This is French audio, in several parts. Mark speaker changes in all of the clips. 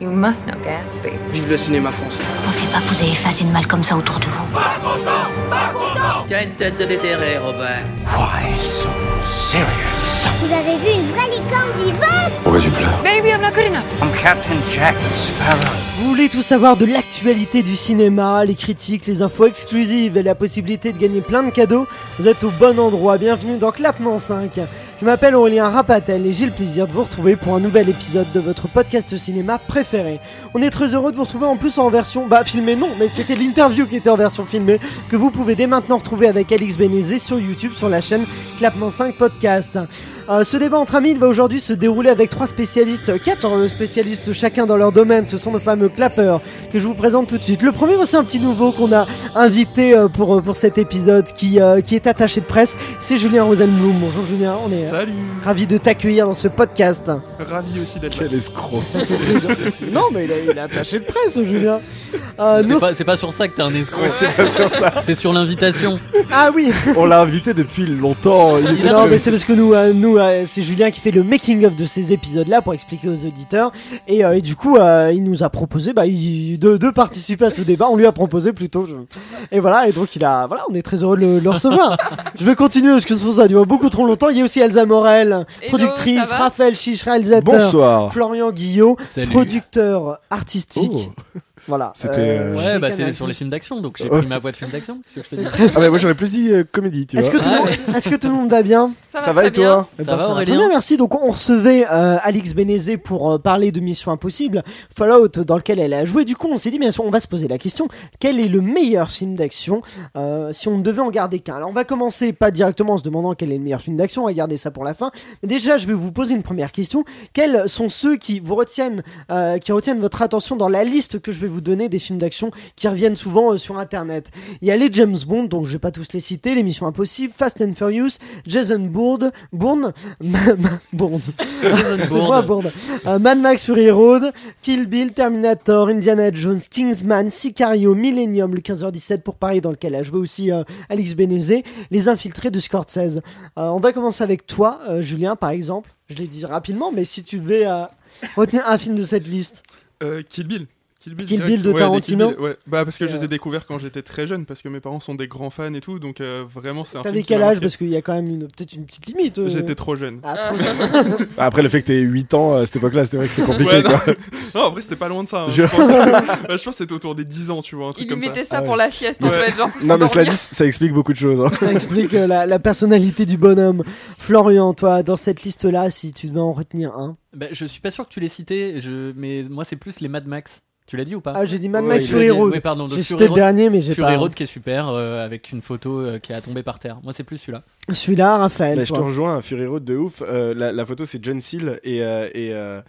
Speaker 1: You must know Gatsby.
Speaker 2: Vive le cinéma français.
Speaker 3: Pensez pas que vous avez fait assez de mal comme ça autour de vous.
Speaker 2: Tu as une tête de déterré, Robin.
Speaker 4: Vous avez vu une vraie licorne vivante
Speaker 1: Maybe I'm not good enough.
Speaker 5: Vous voulez tout savoir de l'actualité du cinéma, les critiques, les infos exclusives et la possibilité de gagner plein de cadeaux Vous êtes au bon endroit, bienvenue dans Clapement 5. Je m'appelle Aurélien Rapatel et j'ai le plaisir de vous retrouver pour un nouvel épisode de votre podcast cinéma préféré. On est très heureux de vous retrouver en plus en version, bah filmée non, mais c'était l'interview qui était en version filmée, que vous pouvez dès maintenant retrouver avec Alix Benezé sur YouTube sur la chaîne Clapement 5 Podcast. Euh, ce débat entre amis, il va aujourd'hui se dérouler avec trois spécialistes, quatre euh, spécialistes chacun dans leur domaine. Ce sont nos fameux clappeurs que je vous présente tout de suite. Le premier, c'est un petit nouveau qu'on a invité euh, pour, euh, pour cet épisode qui, euh, qui est attaché de presse. C'est Julien Rosenblum. Bonjour Julien, on est euh,
Speaker 6: Salut
Speaker 5: ravis de t'accueillir dans ce podcast.
Speaker 6: euh, Ravi aussi d'être là.
Speaker 7: Quel escroc
Speaker 5: non, mais il est attaché de presse, Julien. Euh,
Speaker 8: C'est
Speaker 5: nous-
Speaker 8: pas, c'est pas sur ça que t'es un escroc, c'est sur l'invitation.
Speaker 5: Ah oui,
Speaker 7: On l'a invité depuis longtemps. Il était-
Speaker 5: Non, mais c'est parce que nous, euh, nous euh, c'est Julien qui fait le making of de ces épisodes-là pour expliquer aux auditeurs. Et, euh, et du coup, euh, il nous a proposé bah, il- de, de participer à ce débat. On lui a proposé plutôt. je- Et voilà, et donc il a, voilà, on est très heureux de le, le recevoir. je vais continuer parce que ça dure beaucoup trop longtemps. Il y a aussi Elsa Morel,
Speaker 1: Hello,
Speaker 5: productrice,
Speaker 1: ça va
Speaker 5: Raphaël Chiche, réalisateur,
Speaker 7: Bonsoir.
Speaker 5: Florian Guillot,
Speaker 8: Salut.
Speaker 5: producteur artistique. Voilà.
Speaker 7: C'était, euh,
Speaker 5: chez
Speaker 8: Oh. Ouais, bah
Speaker 5: Canal+.
Speaker 8: c'est sur les films d'action, donc j'ai pris ma voix de film d'action. qu'est-ce que je te dis
Speaker 7: Ah bah moi j'aurais plus dit euh, comédie, tu
Speaker 5: Est-ce que,
Speaker 7: vois.
Speaker 5: tout le monde- est-ce que tout le monde va bien
Speaker 7: Ça va
Speaker 1: très
Speaker 7: et toi
Speaker 5: Eh
Speaker 8: Ça
Speaker 5: ben,
Speaker 8: va
Speaker 5: très
Speaker 8: Aurélien
Speaker 5: bien, merci. Donc on recevait euh, Alix Benezé pour euh, parler de Mission Impossible, Fallout dans lequel elle a joué. Du coup, on s'est dit mais on va se poser la question quel est le meilleur film d'action euh, si on ne devait en garder qu'un Alors on va commencer pas directement en se demandant quel est le meilleur film d'action, on va garder ça pour la fin. Mais déjà, je vais vous poser une première question quels sont ceux qui vous retiennent, euh, qui retiennent votre attention dans la liste que je vais vous donner des films d'action qui reviennent souvent euh, sur Internet Il y a les James Bond, donc je vais pas tous les citer, les Missions Impossibles, Fast and Furious, Jason Bourne, Bourne, Ma- Ma- Bourne,
Speaker 8: Jason
Speaker 5: hein, c'est moi
Speaker 8: Bourne.
Speaker 5: Bourne, Euh, Mad Max Fury Road, Kill Bill, Terminator, Indiana Jones, Kingsman, Sicario, Millennium, le 15h17 pour Paris dans lequel a joué aussi euh, Alix Benezé, Les Infiltrés de Scorsese. Euh, on va commencer avec toi, euh, Julien, par exemple. Je l'ai dit rapidement, mais si tu devais euh, retenir un film de cette liste,
Speaker 6: Euh, Kill Bill. Kill Bill,
Speaker 5: Kill
Speaker 6: direct.
Speaker 5: Bill de
Speaker 6: Ouais, des
Speaker 5: Tarantino
Speaker 6: Kill Bill, ouais. Bah parce que je
Speaker 5: C'est,
Speaker 6: les
Speaker 5: euh,
Speaker 6: ai découverts quand j'étais très jeune, parce que mes parents sont des grands fans et tout, donc euh, vraiment c'est un film.
Speaker 5: t'avais
Speaker 6: qui
Speaker 5: quel
Speaker 6: m'a
Speaker 5: âge
Speaker 6: marqué.
Speaker 5: Parce qu'il y a quand même une- peut-être une petite limite. euh.
Speaker 6: J'étais trop jeune.
Speaker 5: Ah, trop-
Speaker 7: Après le fait que t'aies 8 ans euh, à cette époque-là, c'était vrai que c'était compliqué.
Speaker 6: Ouais, non.
Speaker 7: quoi.
Speaker 6: Non, en vrai c'était pas loin de ça. hein.
Speaker 7: Je-
Speaker 6: Je... pense que... bah, je pense que c'était autour des 10 ans, tu vois, un truc
Speaker 1: Il lui
Speaker 6: comme ça.
Speaker 1: mettait ça
Speaker 7: Ah ouais.
Speaker 1: pour la sieste en
Speaker 7: Mais
Speaker 1: fait, genre pour
Speaker 7: Non mais cela
Speaker 1: s'endormir.
Speaker 7: dit, ça explique beaucoup de choses. hein.
Speaker 5: Ça explique euh, la, la personnalité du bonhomme. Florian, toi, dans cette liste-là, si tu devais en retenir un.
Speaker 8: Bah, je suis pas sûr que tu l'aies cité, je... mais moi c'est plus les Mad Max. Tu l'as dit ou pas
Speaker 5: Ah, j'ai dit Mad
Speaker 7: Ouais,
Speaker 5: Max
Speaker 7: il
Speaker 8: Tu
Speaker 5: Fury
Speaker 8: l'as dit-
Speaker 5: Road.
Speaker 8: Oui, pardon, donc Fury
Speaker 5: J'ai cité le
Speaker 8: Road-
Speaker 5: dernier, mais j'ai
Speaker 8: Fury
Speaker 5: pas.
Speaker 8: Road qui est super, euh, avec une photo euh, qui a tombé par terre. Moi c'est plus celui-là.
Speaker 5: Celui-là, Raphaël.
Speaker 7: Mais je te
Speaker 5: toi.
Speaker 7: rejoins, Fury Road de ouf. Euh, la, la photo c'est John Seal et euh, et euh,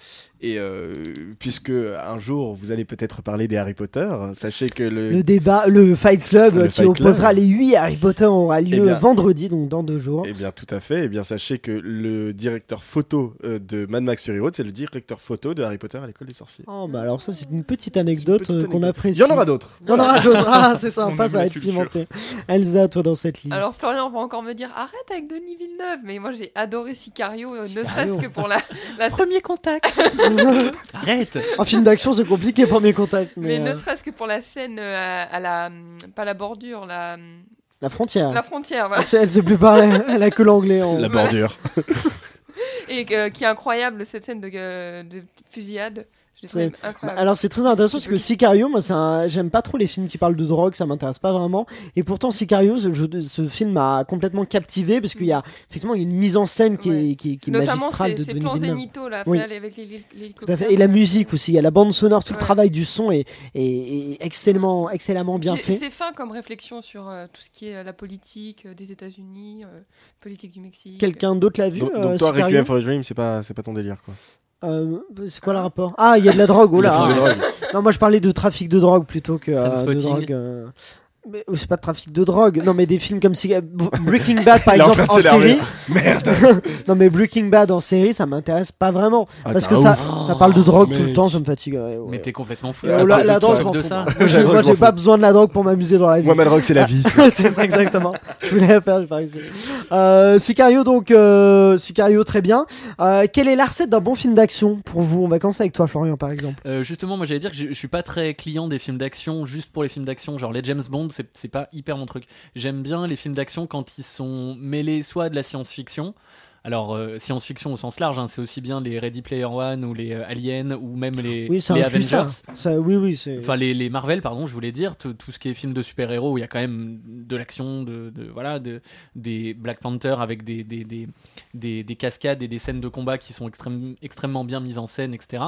Speaker 7: et euh, puisque un jour vous allez peut-être parler des Harry Potter, sachez que le,
Speaker 5: Le débat, le Fight Club
Speaker 7: Le
Speaker 5: euh, qui
Speaker 7: Fight
Speaker 5: opposera
Speaker 7: Club.
Speaker 5: les 8 Harry Potter aura lieu
Speaker 7: Eh bien-
Speaker 5: vendredi, donc dans deux jours.
Speaker 7: Eh bien, tout à fait. Eh bien, sachez que le directeur photo euh, de Mad Max Fury Road, c'est le directeur photo de Harry Potter à l'école des sorciers.
Speaker 5: Oh, bah alors ça, c'est une petite
Speaker 7: C'est
Speaker 5: anecdote
Speaker 7: une
Speaker 5: euh,
Speaker 7: petite
Speaker 5: qu'on
Speaker 7: anecdote.
Speaker 5: apprécie.
Speaker 7: Il y en aura d'autres.
Speaker 5: Il y en aura d'autres. Ah, c'est sympa,
Speaker 6: aime
Speaker 5: ça va
Speaker 6: la
Speaker 5: être
Speaker 6: culture.
Speaker 5: pimenté. Elsa, toi, dans cette liste.
Speaker 1: Alors Florian va encore me dire arrête avec Denis Villeneuve, mais moi j'ai adoré Sicario, euh, ne
Speaker 5: Sicario.
Speaker 1: serait-ce que pour la, la
Speaker 8: Premier contact. Arrête.
Speaker 5: en film d'action, c'est compliqué, premier contact. Mais,
Speaker 1: mais
Speaker 5: euh,
Speaker 1: ne serait-ce que pour la scène euh, à, à la hum, pas la bordure, la hum,
Speaker 5: la frontière.
Speaker 1: la frontière,
Speaker 5: Elle
Speaker 1: voilà.
Speaker 5: sait- elle sait plus parler, elle a que l'anglais. en-
Speaker 7: La
Speaker 1: Voilà.
Speaker 7: bordure.
Speaker 1: et que- qui est incroyable cette scène de, euh, de fusillade, je
Speaker 5: C'est-
Speaker 1: l'ai trouvé
Speaker 5: Bah,
Speaker 1: incroyable.
Speaker 5: alors c'est très intéressant parce que Sicario, moi c'est un- j'aime pas trop les films qui parlent de drogue, ça m'intéresse pas vraiment. Et pourtant Sicario, ce, je- ce film m'a complètement captivé parce qu'il y a effectivement une mise en scène qui est,
Speaker 1: Mm. Ouais.
Speaker 5: qui, est- qui est
Speaker 1: Notamment
Speaker 5: magistrale
Speaker 1: ces,
Speaker 5: de
Speaker 1: ces
Speaker 5: Denis
Speaker 1: plans
Speaker 5: Villeneuve.
Speaker 1: zénithaux là,
Speaker 5: Oui.
Speaker 1: fait avec les- les-
Speaker 5: Tout à
Speaker 1: l'hélicoptère.
Speaker 5: fait. Et la musique aussi, il y a la bande sonore, tout le
Speaker 1: Ouais.
Speaker 5: travail du son est, est- est excellemment, excellemment bien
Speaker 1: C'est-
Speaker 5: fait.
Speaker 1: C'est fin comme réflexion sur euh, tout ce qui est euh, la politique euh, des États-Unis, euh, politique du Mexique.
Speaker 5: Quelqu'un d'autre l'a vu
Speaker 7: Donc,
Speaker 5: euh,
Speaker 7: donc toi,
Speaker 5: Sicario
Speaker 7: Requiem for a Dream, c'est pas, c'est pas ton délire, quoi.
Speaker 5: Euh, C'est quoi le rapport Ah, il y a de la drogue, oh
Speaker 8: Il y a
Speaker 5: là
Speaker 8: de la
Speaker 5: Non, moi je parlais de trafic de drogue plutôt que euh, de
Speaker 8: Trainspotting.
Speaker 5: drogue. euh, Mais c'est pas de trafic de drogue. Non, mais des films comme si- Breaking Bad, par
Speaker 7: Il est en
Speaker 5: exemple, en,
Speaker 7: train de s'énerver.
Speaker 5: série.
Speaker 7: Merde
Speaker 5: Non, mais Breaking Bad en série, ça m'intéresse pas vraiment.
Speaker 7: Ah, t'es
Speaker 5: parce que
Speaker 7: un
Speaker 5: ça,
Speaker 7: ouf. Oh,
Speaker 5: ça parle de drogue tout le
Speaker 7: mec.
Speaker 5: temps, ça me fatigue. ouais, ouais.
Speaker 8: Mais t'es complètement fou.
Speaker 5: Euh,
Speaker 8: ça,
Speaker 5: la-
Speaker 8: t'es-
Speaker 5: la
Speaker 8: tu
Speaker 5: drogue,
Speaker 8: rêves
Speaker 5: je
Speaker 8: de
Speaker 5: m'en
Speaker 8: ça.
Speaker 5: Moi, j'ai-
Speaker 7: La drogue,
Speaker 5: moi,
Speaker 7: je m'en
Speaker 5: j'ai pas
Speaker 7: fous.
Speaker 5: besoin de la drogue pour m'amuser dans la vie.
Speaker 7: Moi, ma drogue, c'est la vie.
Speaker 8: Ah,
Speaker 5: c'est ça exactement. Je voulais la faire, j'ai pas réussi. Euh, Sicario donc euh, Sicario très bien. Euh, quelle est la recette d'un bon film d'action pour vous On va commencer avec toi Florian par exemple.
Speaker 8: Euh, justement, moi j'allais dire que je, je suis pas très client des films d'action, juste pour les films d'action. Genre les James Bond, c'est c'est pas hyper mon truc. J'aime bien les films d'action quand ils sont mêlés soit à de la science-fiction. Alors, euh, science-fiction au sens large, hein, c'est aussi bien les Ready Player One ou les euh, Aliens ou même les,
Speaker 5: Oui, ça
Speaker 8: les
Speaker 5: inclut ça.
Speaker 8: Avengers.
Speaker 5: Ça, oui oui, c'est
Speaker 8: Enfin, les, les Marvel, pardon, je voulais dire, tout, tout ce qui est film de super-héros, où il y a quand même de l'action, de, de- voilà, de, des Black Panther avec des, des, des, des- des cascades et des scènes de combat qui sont extrême- extrêmement bien mises en scène, etc.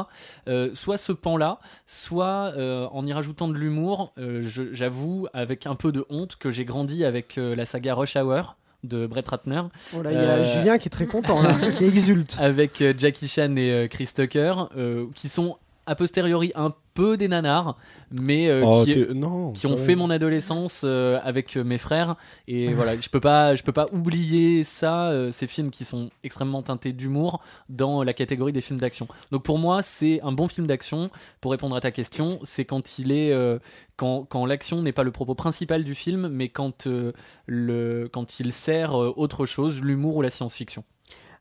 Speaker 8: Euh, soit ce pan-là, soit euh, en y rajoutant de l'humour, euh, je- j'avoue, avec un peu de honte, que j'ai grandi avec euh, la saga Rush Hour de Brett Ratner,
Speaker 5: Oh là, il y a
Speaker 8: euh,
Speaker 5: Julien qui est très content là, qui exulte.
Speaker 8: avec euh, Jackie Chan et euh, Chris Tucker, euh, qui sont a posteriori un peu des nanars, mais euh,
Speaker 7: Oh,
Speaker 8: qui,
Speaker 7: t'es- non.
Speaker 8: qui ont
Speaker 7: quand
Speaker 8: fait
Speaker 7: même.
Speaker 8: mon adolescence euh, avec euh, mes frères et voilà je peux pas je peux pas oublier ça euh, ces films qui sont extrêmement teintés d'humour dans la catégorie des films d'action donc pour moi c'est un bon film d'action pour répondre à ta question c'est quand il est euh, quand, quand l'action n'est pas le propos principal du film mais quand euh, le quand il sert euh, autre chose l'humour ou la science-fiction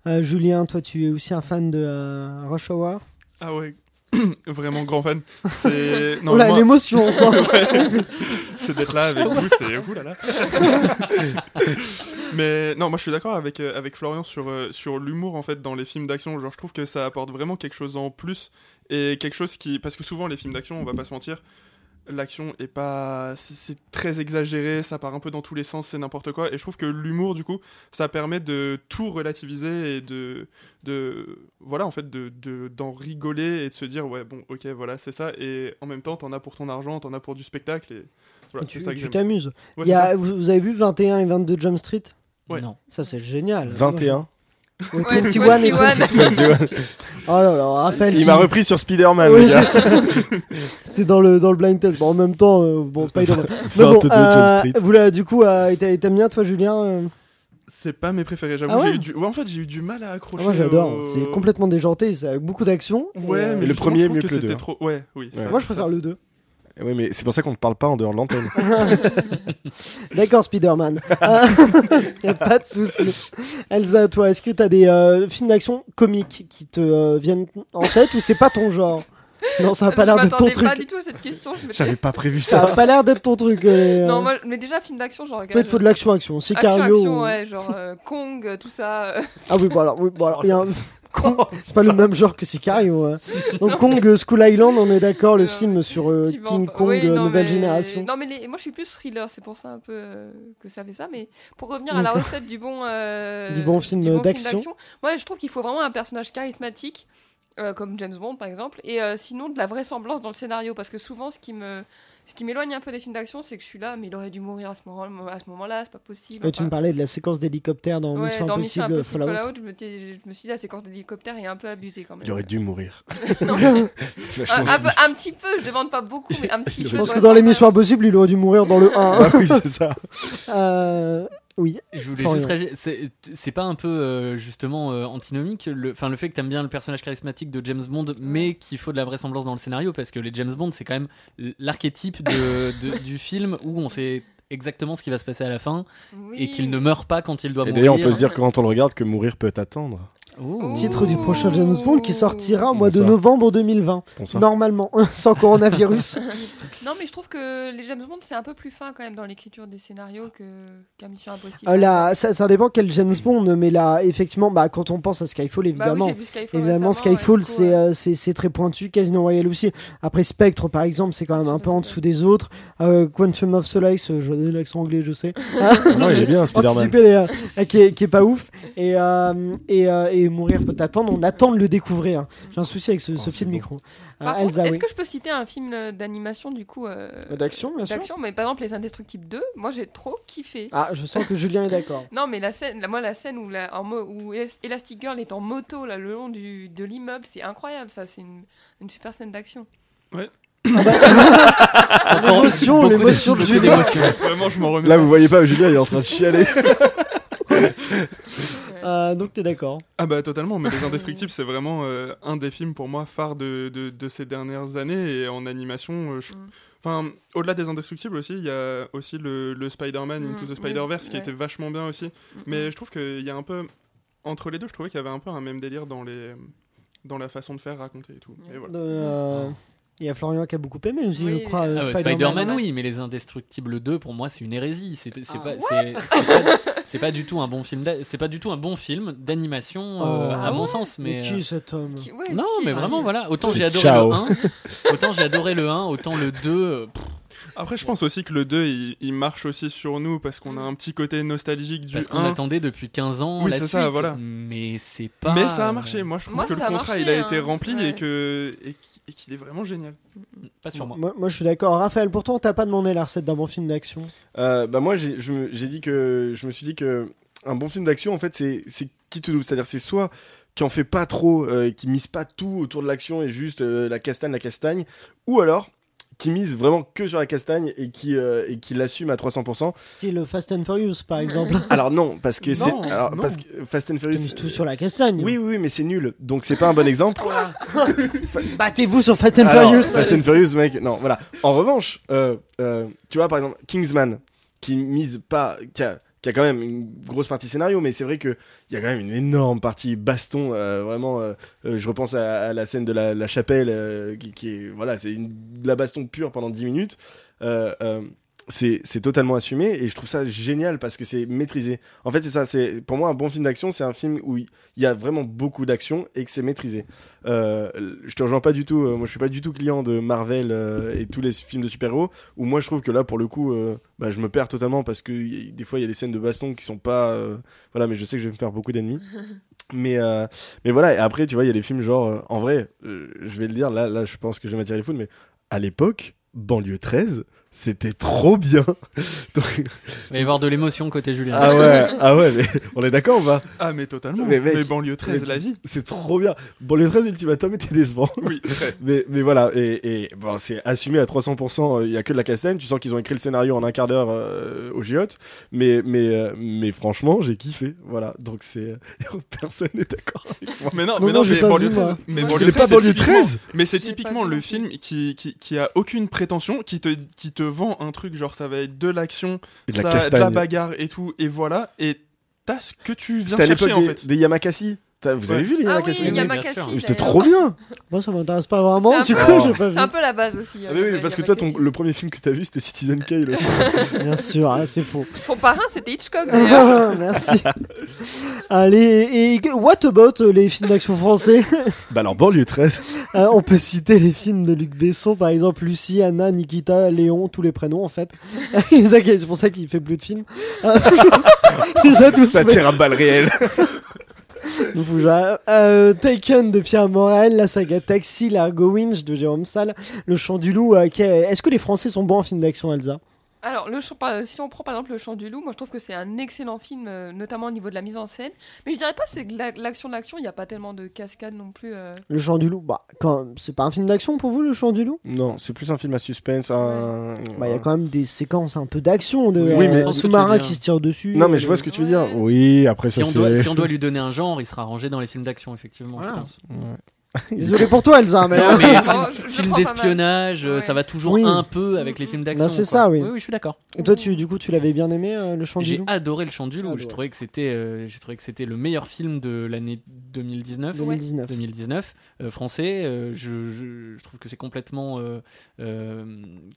Speaker 5: Euh, Julien, toi tu es aussi un fan de euh, Rush Hour
Speaker 6: Ah ouais, vraiment grand fan. C'est.
Speaker 5: Oh
Speaker 6: Non,
Speaker 5: là,
Speaker 6: moi,
Speaker 5: l'émotion on sent.
Speaker 6: c'est d'être là avec vous, c'est ouh là là. Mais non, moi je suis d'accord avec, euh, avec Florian sur, euh, sur l'humour en fait dans les films d'action. Genre, je trouve que ça apporte vraiment quelque chose en plus et quelque chose qui. Parce que souvent, les films d'action, on va pas se mentir. L'action est pas. C'est c'est très exagéré, ça part un peu dans tous les sens, c'est n'importe quoi. Et je trouve que l'humour, du coup, ça permet de tout relativiser et de. de voilà, en fait, d'en de, d'en rigoler et de se dire, ouais, bon, ok, voilà, c'est ça. Et en même temps, t'en as pour ton argent, t'en as pour du spectacle. Et voilà,
Speaker 5: tu
Speaker 6: c'est ça que
Speaker 5: tu
Speaker 6: j'aime.
Speaker 5: t'amuses.
Speaker 6: Ouais,
Speaker 5: Il y
Speaker 6: c'est
Speaker 5: a-
Speaker 6: ça.
Speaker 5: vous, vous avez vu 21 et 22 Jump Street
Speaker 6: Ouais.
Speaker 8: non
Speaker 5: Ça c'est génial.
Speaker 7: 21.
Speaker 5: Ouais,
Speaker 1: Ouais,
Speaker 5: 21 et
Speaker 1: 21.
Speaker 5: 22. Oh là là,
Speaker 8: Ah,
Speaker 5: Raphaël.
Speaker 7: Il
Speaker 5: qui-
Speaker 7: m'a repris sur Spider-Man,
Speaker 5: Oui,
Speaker 7: le gars.
Speaker 5: c'est ça. C'était dans le, dans le blind test. Bon, en même temps, euh, bon, Spider-Man. Mais
Speaker 7: 22
Speaker 5: bon, euh,
Speaker 7: Jump Street.
Speaker 5: Vous, là, du coup, euh, et t'a- et t'aimes bien, toi, Julien euh
Speaker 6: C'est pas mes préférés, j'avoue.
Speaker 5: Ah ouais
Speaker 6: j'ai eu du... ouais, en fait, j'ai eu du mal à
Speaker 5: Ah,
Speaker 6: accrocher.
Speaker 5: Moi, j'adore.
Speaker 6: au-
Speaker 5: C'est complètement déjanté. C'est avec beaucoup d'action. Et,
Speaker 6: euh, Ouais,
Speaker 5: euh,
Speaker 6: mais
Speaker 7: le
Speaker 6: justement,
Speaker 7: premier
Speaker 6: je
Speaker 7: est
Speaker 6: trouve
Speaker 7: mieux
Speaker 6: que
Speaker 7: que le deux,
Speaker 6: c'était
Speaker 7: hein.
Speaker 6: trop. Ouais, oui.
Speaker 7: Ouais.
Speaker 6: ça-
Speaker 5: Moi, je préfère
Speaker 6: ça-
Speaker 5: le 2.
Speaker 7: Oui, mais c'est pour ça qu'on ne parle pas en dehors de l'antenne.
Speaker 5: D'accord, Spider-Man. y a pas de souci. Elsa, toi, est-ce que t'as des euh, films d'action comiques qui te euh, viennent en tête ou c'est pas ton genre Non, ça a pas
Speaker 1: Euh, je
Speaker 5: l'air de ton
Speaker 1: m'attendais
Speaker 5: truc.
Speaker 1: pas du tout à cette question. Je m'étais-
Speaker 7: J'avais pas prévu
Speaker 5: Ça a
Speaker 7: ça.
Speaker 5: pas l'air d'être ton truc. euh,
Speaker 1: non, moi, mais déjà, film d'action, genre.
Speaker 5: Toi, il te faut de l'action-action. C'est
Speaker 1: Action, action,
Speaker 5: Cario.
Speaker 1: ouais, genre euh, Kong, euh, tout ça. euh,
Speaker 5: Ah oui, bon alors, oui, bon alors, il y a un... Kong, c'est pas le même genre que Sicario. hein. Donc Kong, euh, School Island, on est d'accord, le
Speaker 1: Non,
Speaker 5: film sur euh,
Speaker 1: effectivement.
Speaker 5: King Kong,
Speaker 1: Oui,
Speaker 5: euh,
Speaker 1: non,
Speaker 5: nouvelle
Speaker 1: mais-
Speaker 5: génération.
Speaker 1: Non, mais les- moi, je suis plus thriller, c'est pour ça un peu euh, que ça fait ça. Mais pour revenir à la recette du bon, euh,
Speaker 5: Du bon film d'action.
Speaker 1: moi, je trouve qu'il faut vraiment un personnage charismatique. euh, comme James Bond par exemple, et euh, sinon de la vraisemblance dans le scénario, parce que souvent ce qui me ce qui m'éloigne un peu des films d'action, c'est que je suis là, mais il aurait dû mourir à ce moment à ce moment-là, c'est pas possible.
Speaker 5: Euh, tu
Speaker 1: enfin.
Speaker 5: me parlais de la séquence d'hélicoptère dans
Speaker 1: Ouais,
Speaker 5: Mission
Speaker 1: dans
Speaker 5: Impossible,
Speaker 1: Impossible
Speaker 5: Fallout.
Speaker 1: Fallout, je me, t'ai- je me suis dit ah, la séquence d'hélicoptère est un peu abusée quand même.
Speaker 7: Il aurait dû mourir.
Speaker 8: Ah,
Speaker 1: Un,
Speaker 7: Vachement
Speaker 1: un peu- un petit peu, je demande pas beaucoup, mais un petit peu.
Speaker 5: Je pense
Speaker 1: doit
Speaker 5: que
Speaker 1: être
Speaker 5: dans
Speaker 1: normal.
Speaker 5: l'émission Impossible, il aurait dû mourir dans le 1.
Speaker 8: ah.
Speaker 7: Bah oui, c'est ça.
Speaker 5: Euh, oui,
Speaker 8: Je voulais
Speaker 5: Florian.
Speaker 8: juste réagir. C'est- C'est pas un peu euh, justement euh, antinomique, le, enfin le fait que t'aimes bien le personnage charismatique de James Bond, mais qu'il faut de la vraisemblance dans le scénario, parce que les James Bond c'est quand même l'archétype de- de- du film où on sait exactement ce qui va se passer à la fin
Speaker 1: Oui.
Speaker 8: et qu'il ne meurt pas quand il doit
Speaker 7: Et
Speaker 8: mourir.
Speaker 7: d'ailleurs, on peut se dire que quand on le regarde, que mourir peut attendre.
Speaker 8: Oh.
Speaker 5: titre du prochain James Bond qui sortira au mois de
Speaker 7: Bonsoir.
Speaker 5: novembre 2020.
Speaker 7: Bonsoir.
Speaker 5: Normalement, sans coronavirus.
Speaker 1: Non, mais je trouve que les James Bond, c'est un peu plus fin quand même dans l'écriture des scénarios que- qu'un Mission Impossible. Bah
Speaker 5: Euh, là, ça, ça dépend quel James Bond, mais là, effectivement, bah, quand on pense à Skyfall,
Speaker 1: Bah oui,
Speaker 5: évidemment,
Speaker 1: j'ai vu Skyfall
Speaker 5: Évidemment,
Speaker 1: récemment,
Speaker 5: Skyfall,
Speaker 1: et du coup,
Speaker 5: c'est
Speaker 1: euh,
Speaker 5: euh, c'est- c'est très pointu. Casino Royale aussi. Après, Spectre, par exemple, c'est quand même un peu en dessous des autres. Euh, Quantum of Solace, euh, j'ai l'accent anglais, je sais.
Speaker 1: Ah
Speaker 7: Non, il est bien, Spider-Man.
Speaker 5: Anticiper les, euh, qui, est, qui est pas ouf. Et, euh, et, euh, et Mourir peut attendre. On attend de le découvrir. hein. J'ai un souci avec ce, ce
Speaker 7: c'est
Speaker 5: petit
Speaker 7: beau.
Speaker 5: micro. Euh,
Speaker 1: par contre,
Speaker 5: Elsa,
Speaker 1: Est-ce
Speaker 5: oui.
Speaker 1: que je peux citer un film euh, d'animation du coup euh,
Speaker 5: D'action, bien sûr.
Speaker 1: D'action, mais par exemple, Les Indestructibles 2, moi j'ai trop kiffé.
Speaker 5: Ah, je sens que Julien est d'accord.
Speaker 1: Non, mais la scène, la- moi, la scène où, la, en mo- où Elas- Elastic Girl est en moto là, le long du, de l'immeuble, c'est incroyable, ça. C'est une, une super scène d'action.
Speaker 5: Ah bah, L'émotion,
Speaker 8: Beaucoup
Speaker 5: l'émotion de
Speaker 8: beaucoup
Speaker 5: Julien.
Speaker 8: d'émotions.
Speaker 6: Vraiment, je m'en remets.
Speaker 7: Là, vous voyez pas, Julien, il est en train de chialer.
Speaker 5: Euh, donc t'es d'accord.
Speaker 6: Ah bah totalement, mais Les Indestructibles, c'est vraiment euh, un des films pour moi phare de, de, de ces dernières années et en animation. euh, je-
Speaker 5: Mm.
Speaker 6: Enfin, au-delà des Indestructibles aussi, il y a aussi le, le Spider-Man
Speaker 1: Mm,
Speaker 6: Into the
Speaker 1: oui,
Speaker 6: Spider-Verse qui
Speaker 1: ouais.
Speaker 6: était vachement bien aussi. Mais je trouve qu'il y a un peu. Entre les deux, je trouvais qu'il y avait un peu un même délire dans les dans la façon de faire, raconter et tout.
Speaker 5: Mm.
Speaker 6: Et voilà.
Speaker 5: Euh, Il y a Florian qui a beaucoup aimé aussi,
Speaker 1: Oui.
Speaker 5: je crois. euh,
Speaker 8: Ah ouais,
Speaker 5: Spider-Man.
Speaker 8: Spider-Man,
Speaker 1: ouais.
Speaker 8: oui, mais Les Indestructibles 2, pour moi, c'est une hérésie. C'est c'est
Speaker 1: Ah,
Speaker 8: pas, c'est- c'est pas, c'est pas du tout un bon film. d'a- C'est pas du tout un bon film d'animation, euh,
Speaker 5: Oh.
Speaker 8: à mon sens.
Speaker 5: Mais
Speaker 8: Mais euh,
Speaker 5: qui est cet homme
Speaker 1: Qui- ouais,
Speaker 8: non,
Speaker 1: qui-
Speaker 8: mais vraiment, voilà. Autant
Speaker 7: C'est
Speaker 8: j'ai adoré
Speaker 7: ciao.
Speaker 8: le 1, autant j'ai adoré le 1, autant le 2. euh, pff,
Speaker 6: Après, je pense aussi que le 2, il, il marche aussi sur nous parce qu'on a un petit côté nostalgique du
Speaker 8: parce qu'on
Speaker 6: 1.
Speaker 8: attendait depuis 15 ans
Speaker 6: Oui,
Speaker 8: la
Speaker 6: c'est
Speaker 8: suite.
Speaker 6: ça, voilà.
Speaker 8: Mais c'est pas. euh,
Speaker 6: Mais ça a marché. Moi, je trouve
Speaker 1: Moi,
Speaker 6: que le
Speaker 1: ça a
Speaker 6: contrat,
Speaker 1: marché,
Speaker 6: il a
Speaker 1: hein.
Speaker 6: été rempli
Speaker 1: Ouais.
Speaker 6: et que et qu'- et qu'il est vraiment génial.
Speaker 8: euh, Pas sur moi.
Speaker 5: moi, moi, je suis d'accord. Raphaël, pourtant, t'as pas demandé la recette d'un bon film d'action.
Speaker 7: Euh, bah moi j'ai je me- j'ai dit que je me suis dit que un bon film d'action en fait c'est c'est qui tout double c'est-à-dire c'est soit qui en fait pas trop euh, qui mise pas tout autour de l'action et juste euh, la castagne la castagne ou alors qui mise vraiment que sur la castagne et qui euh, et qui l'assume à 300%
Speaker 5: Style Fast and Furious, par exemple.
Speaker 7: alors non parce que c'est
Speaker 6: Non,
Speaker 7: alors
Speaker 6: non.
Speaker 7: parce que Fast and
Speaker 5: Ils
Speaker 7: Furious
Speaker 5: misent tout sur la castagne.
Speaker 7: oui, oui, oui, mais c'est nul, donc c'est pas un bon exemple.
Speaker 5: Battez-vous sur Fast and
Speaker 7: Alors,
Speaker 5: Furious.
Speaker 7: Fast and Furious, mec. Non, voilà. En revanche, euh, euh, tu vois, par exemple, Kingsman, qui mise pas, qui a, qui a quand même une grosse partie scénario, mais c'est vrai que il y a quand même une énorme partie baston. euh, vraiment, euh, euh, je repense à, à la scène de la, la chapelle, euh, qui, qui est, voilà, c'est une- de la baston pure pendant 10 minutes. Euh, euh, c'est c'est totalement assumé et je trouve ça génial parce que c'est maîtrisé. En fait, c'est ça. C'est pour moi un bon film d'action, c'est un film où il y a vraiment beaucoup d'action et que c'est maîtrisé. Euh, je te rejoins pas du tout. euh, moi, je suis pas du tout client de Marvel euh, et tous les films de super-héros. Où moi, je trouve que là, pour le coup, euh, bah, je me perds totalement parce que y- des fois, il y a des scènes de baston qui sont pas. euh, voilà, mais je sais que je vais me faire beaucoup d'ennemis. Mais, euh, mais voilà, et après, tu vois, il y a des films genre. euh, en vrai, euh, je vais le dire, là, là je pense que je vais m'attirer les fous, mais à l'époque, Banlieue 13, c'était trop bien. Donc-
Speaker 8: Il va y avoir de l'émotion côté Julien.
Speaker 7: ah ouais, ah ouais, mais on est d'accord ou pas
Speaker 6: Ah, mais totalement.
Speaker 7: Mais
Speaker 6: Mais,
Speaker 7: mec,
Speaker 6: banlieue 13, la vie.
Speaker 7: C'est trop bien. Banlieue 13 Ultimatum était décevant.
Speaker 6: Oui, très.
Speaker 7: Mais, mais voilà, et, et bon, c'est assumé à 300%, euh, il y a que de la castagne, tu sens qu'ils ont écrit le scénario en un quart d'heure euh, au giottes, mais, mais, euh, mais franchement, j'ai kiffé, voilà, donc c'est... euh, Personne n'est d'accord avec moi.
Speaker 6: Mais non,
Speaker 5: Non,
Speaker 6: mais
Speaker 5: non,
Speaker 6: non,
Speaker 5: j'ai
Speaker 6: mais
Speaker 5: pas
Speaker 6: banlieue
Speaker 5: vu,
Speaker 6: 13.
Speaker 5: moi.
Speaker 6: Mais
Speaker 1: Moi,
Speaker 6: banlieue
Speaker 1: je l'ai
Speaker 6: 13,
Speaker 7: pas banlieue
Speaker 6: c'est typiquement-
Speaker 7: 13.
Speaker 6: Mais c'est
Speaker 1: J'ai pas
Speaker 6: typiquement
Speaker 1: vu
Speaker 6: le
Speaker 1: non
Speaker 6: film
Speaker 1: plus.
Speaker 6: qui, qui, qui a aucune prétention, qui te, qui te vend un truc, genre ça va être de l'action,
Speaker 7: Et de
Speaker 6: ça,
Speaker 7: la
Speaker 6: de la
Speaker 7: castagne.
Speaker 6: bagarre et tout, et voilà, et t'as ce que tu viens
Speaker 7: C'était à l'époque
Speaker 6: chercher en
Speaker 7: des,
Speaker 6: fait.
Speaker 7: des Yamakasi, T'as- vous avez
Speaker 6: Ouais.
Speaker 7: vu les
Speaker 1: Ah
Speaker 7: Yamakasi
Speaker 1: oui,
Speaker 8: oui, bien
Speaker 1: Yamakasi.
Speaker 8: sûr.
Speaker 7: Mais C'était
Speaker 1: d'ailleurs.
Speaker 7: trop bien
Speaker 5: Moi, ça m'intéresse pas vraiment.
Speaker 1: C'est
Speaker 5: Du
Speaker 1: un
Speaker 5: coup,
Speaker 7: peu-
Speaker 5: j'ai pas
Speaker 1: C'est un
Speaker 5: vu.
Speaker 1: peu la base aussi.
Speaker 7: Ah oui, oui, parce que toi, ton, le premier film que t'as vu, c'était Citizen Kane aussi.
Speaker 5: Bien sûr, ah, c'est faux.
Speaker 1: Son parrain, c'était
Speaker 7: Ah,
Speaker 1: Hitchcock. d'ailleurs.
Speaker 5: Merci. Allez, et what about euh, les films d'action français
Speaker 7: bah alors, Banlieue 13,
Speaker 5: Euh, On peut citer les films de Luc Besson, par exemple Lucie, Anna, Nikita, Léon, tous les prénoms en fait. Et ça, C'est pour ça qu'il fait plus de films. Euh, Il les a tous
Speaker 7: ça
Speaker 5: faits.
Speaker 7: tire à balles réelles.
Speaker 5: Donc, faut que j'arrête. Euh, Taken de Pierre Morel, la saga Taxi, Largo Winch de Jérôme Salle, Le Chant du Loup. euh, qui est- Est-ce que les Français sont bons en films d'action, Elsa
Speaker 1: Alors, le chant- par- si on prend par exemple Le Chant du Loup, moi je trouve que c'est un excellent film, euh, notamment au niveau de la mise en scène. Mais je dirais pas que c'est de la- l'action de l'action, il n'y a pas tellement de cascades non plus. euh.
Speaker 5: Le Chant du Loup, bah, quand... c'est pas un film d'action pour vous, Le Chant du Loup
Speaker 7: Non, c'est plus un film à suspense, un...
Speaker 5: Bah, il y a quand même des séquences un peu d'action de
Speaker 8: Oui,
Speaker 7: mais-
Speaker 5: euh, sous-marins qui se tirent dessus.
Speaker 7: Non, mais
Speaker 5: euh,
Speaker 7: je vois ce que tu veux dire.
Speaker 1: Ouais.
Speaker 7: Oui, après
Speaker 8: si,
Speaker 7: ça,
Speaker 8: on
Speaker 7: c'est...
Speaker 8: doit, si on doit lui donner un genre, il sera rangé dans les films d'action, effectivement, je
Speaker 6: Ah.
Speaker 5: Voilà.
Speaker 8: pense.
Speaker 5: Désolé pour toi, Elsa, mais. euh,
Speaker 8: Non, mais
Speaker 1: Oh, je- je
Speaker 8: film, film
Speaker 1: prends pas mal.
Speaker 8: d'espionnage, euh,
Speaker 1: Ouais. Mm,
Speaker 8: ça va toujours
Speaker 5: Bah, Oui.
Speaker 8: un peu avec les films d'action.
Speaker 5: Bah, c'est
Speaker 8: quoi.
Speaker 5: ça, oui.
Speaker 8: Oui, je suis d'accord.
Speaker 5: Et toi, tu, du coup, tu l'avais bien aimé, euh, le chant du
Speaker 8: J'ai
Speaker 5: loup
Speaker 8: adoré le Chant du Loup.
Speaker 5: Adoré.
Speaker 8: J'ai trouvé que c'était, euh, j'ai trouvé que c'était le meilleur film de l'année 2019.
Speaker 5: 2019.
Speaker 8: 2019 euh, français. euh, je, je- je trouve que c'est complètement, euh, euh,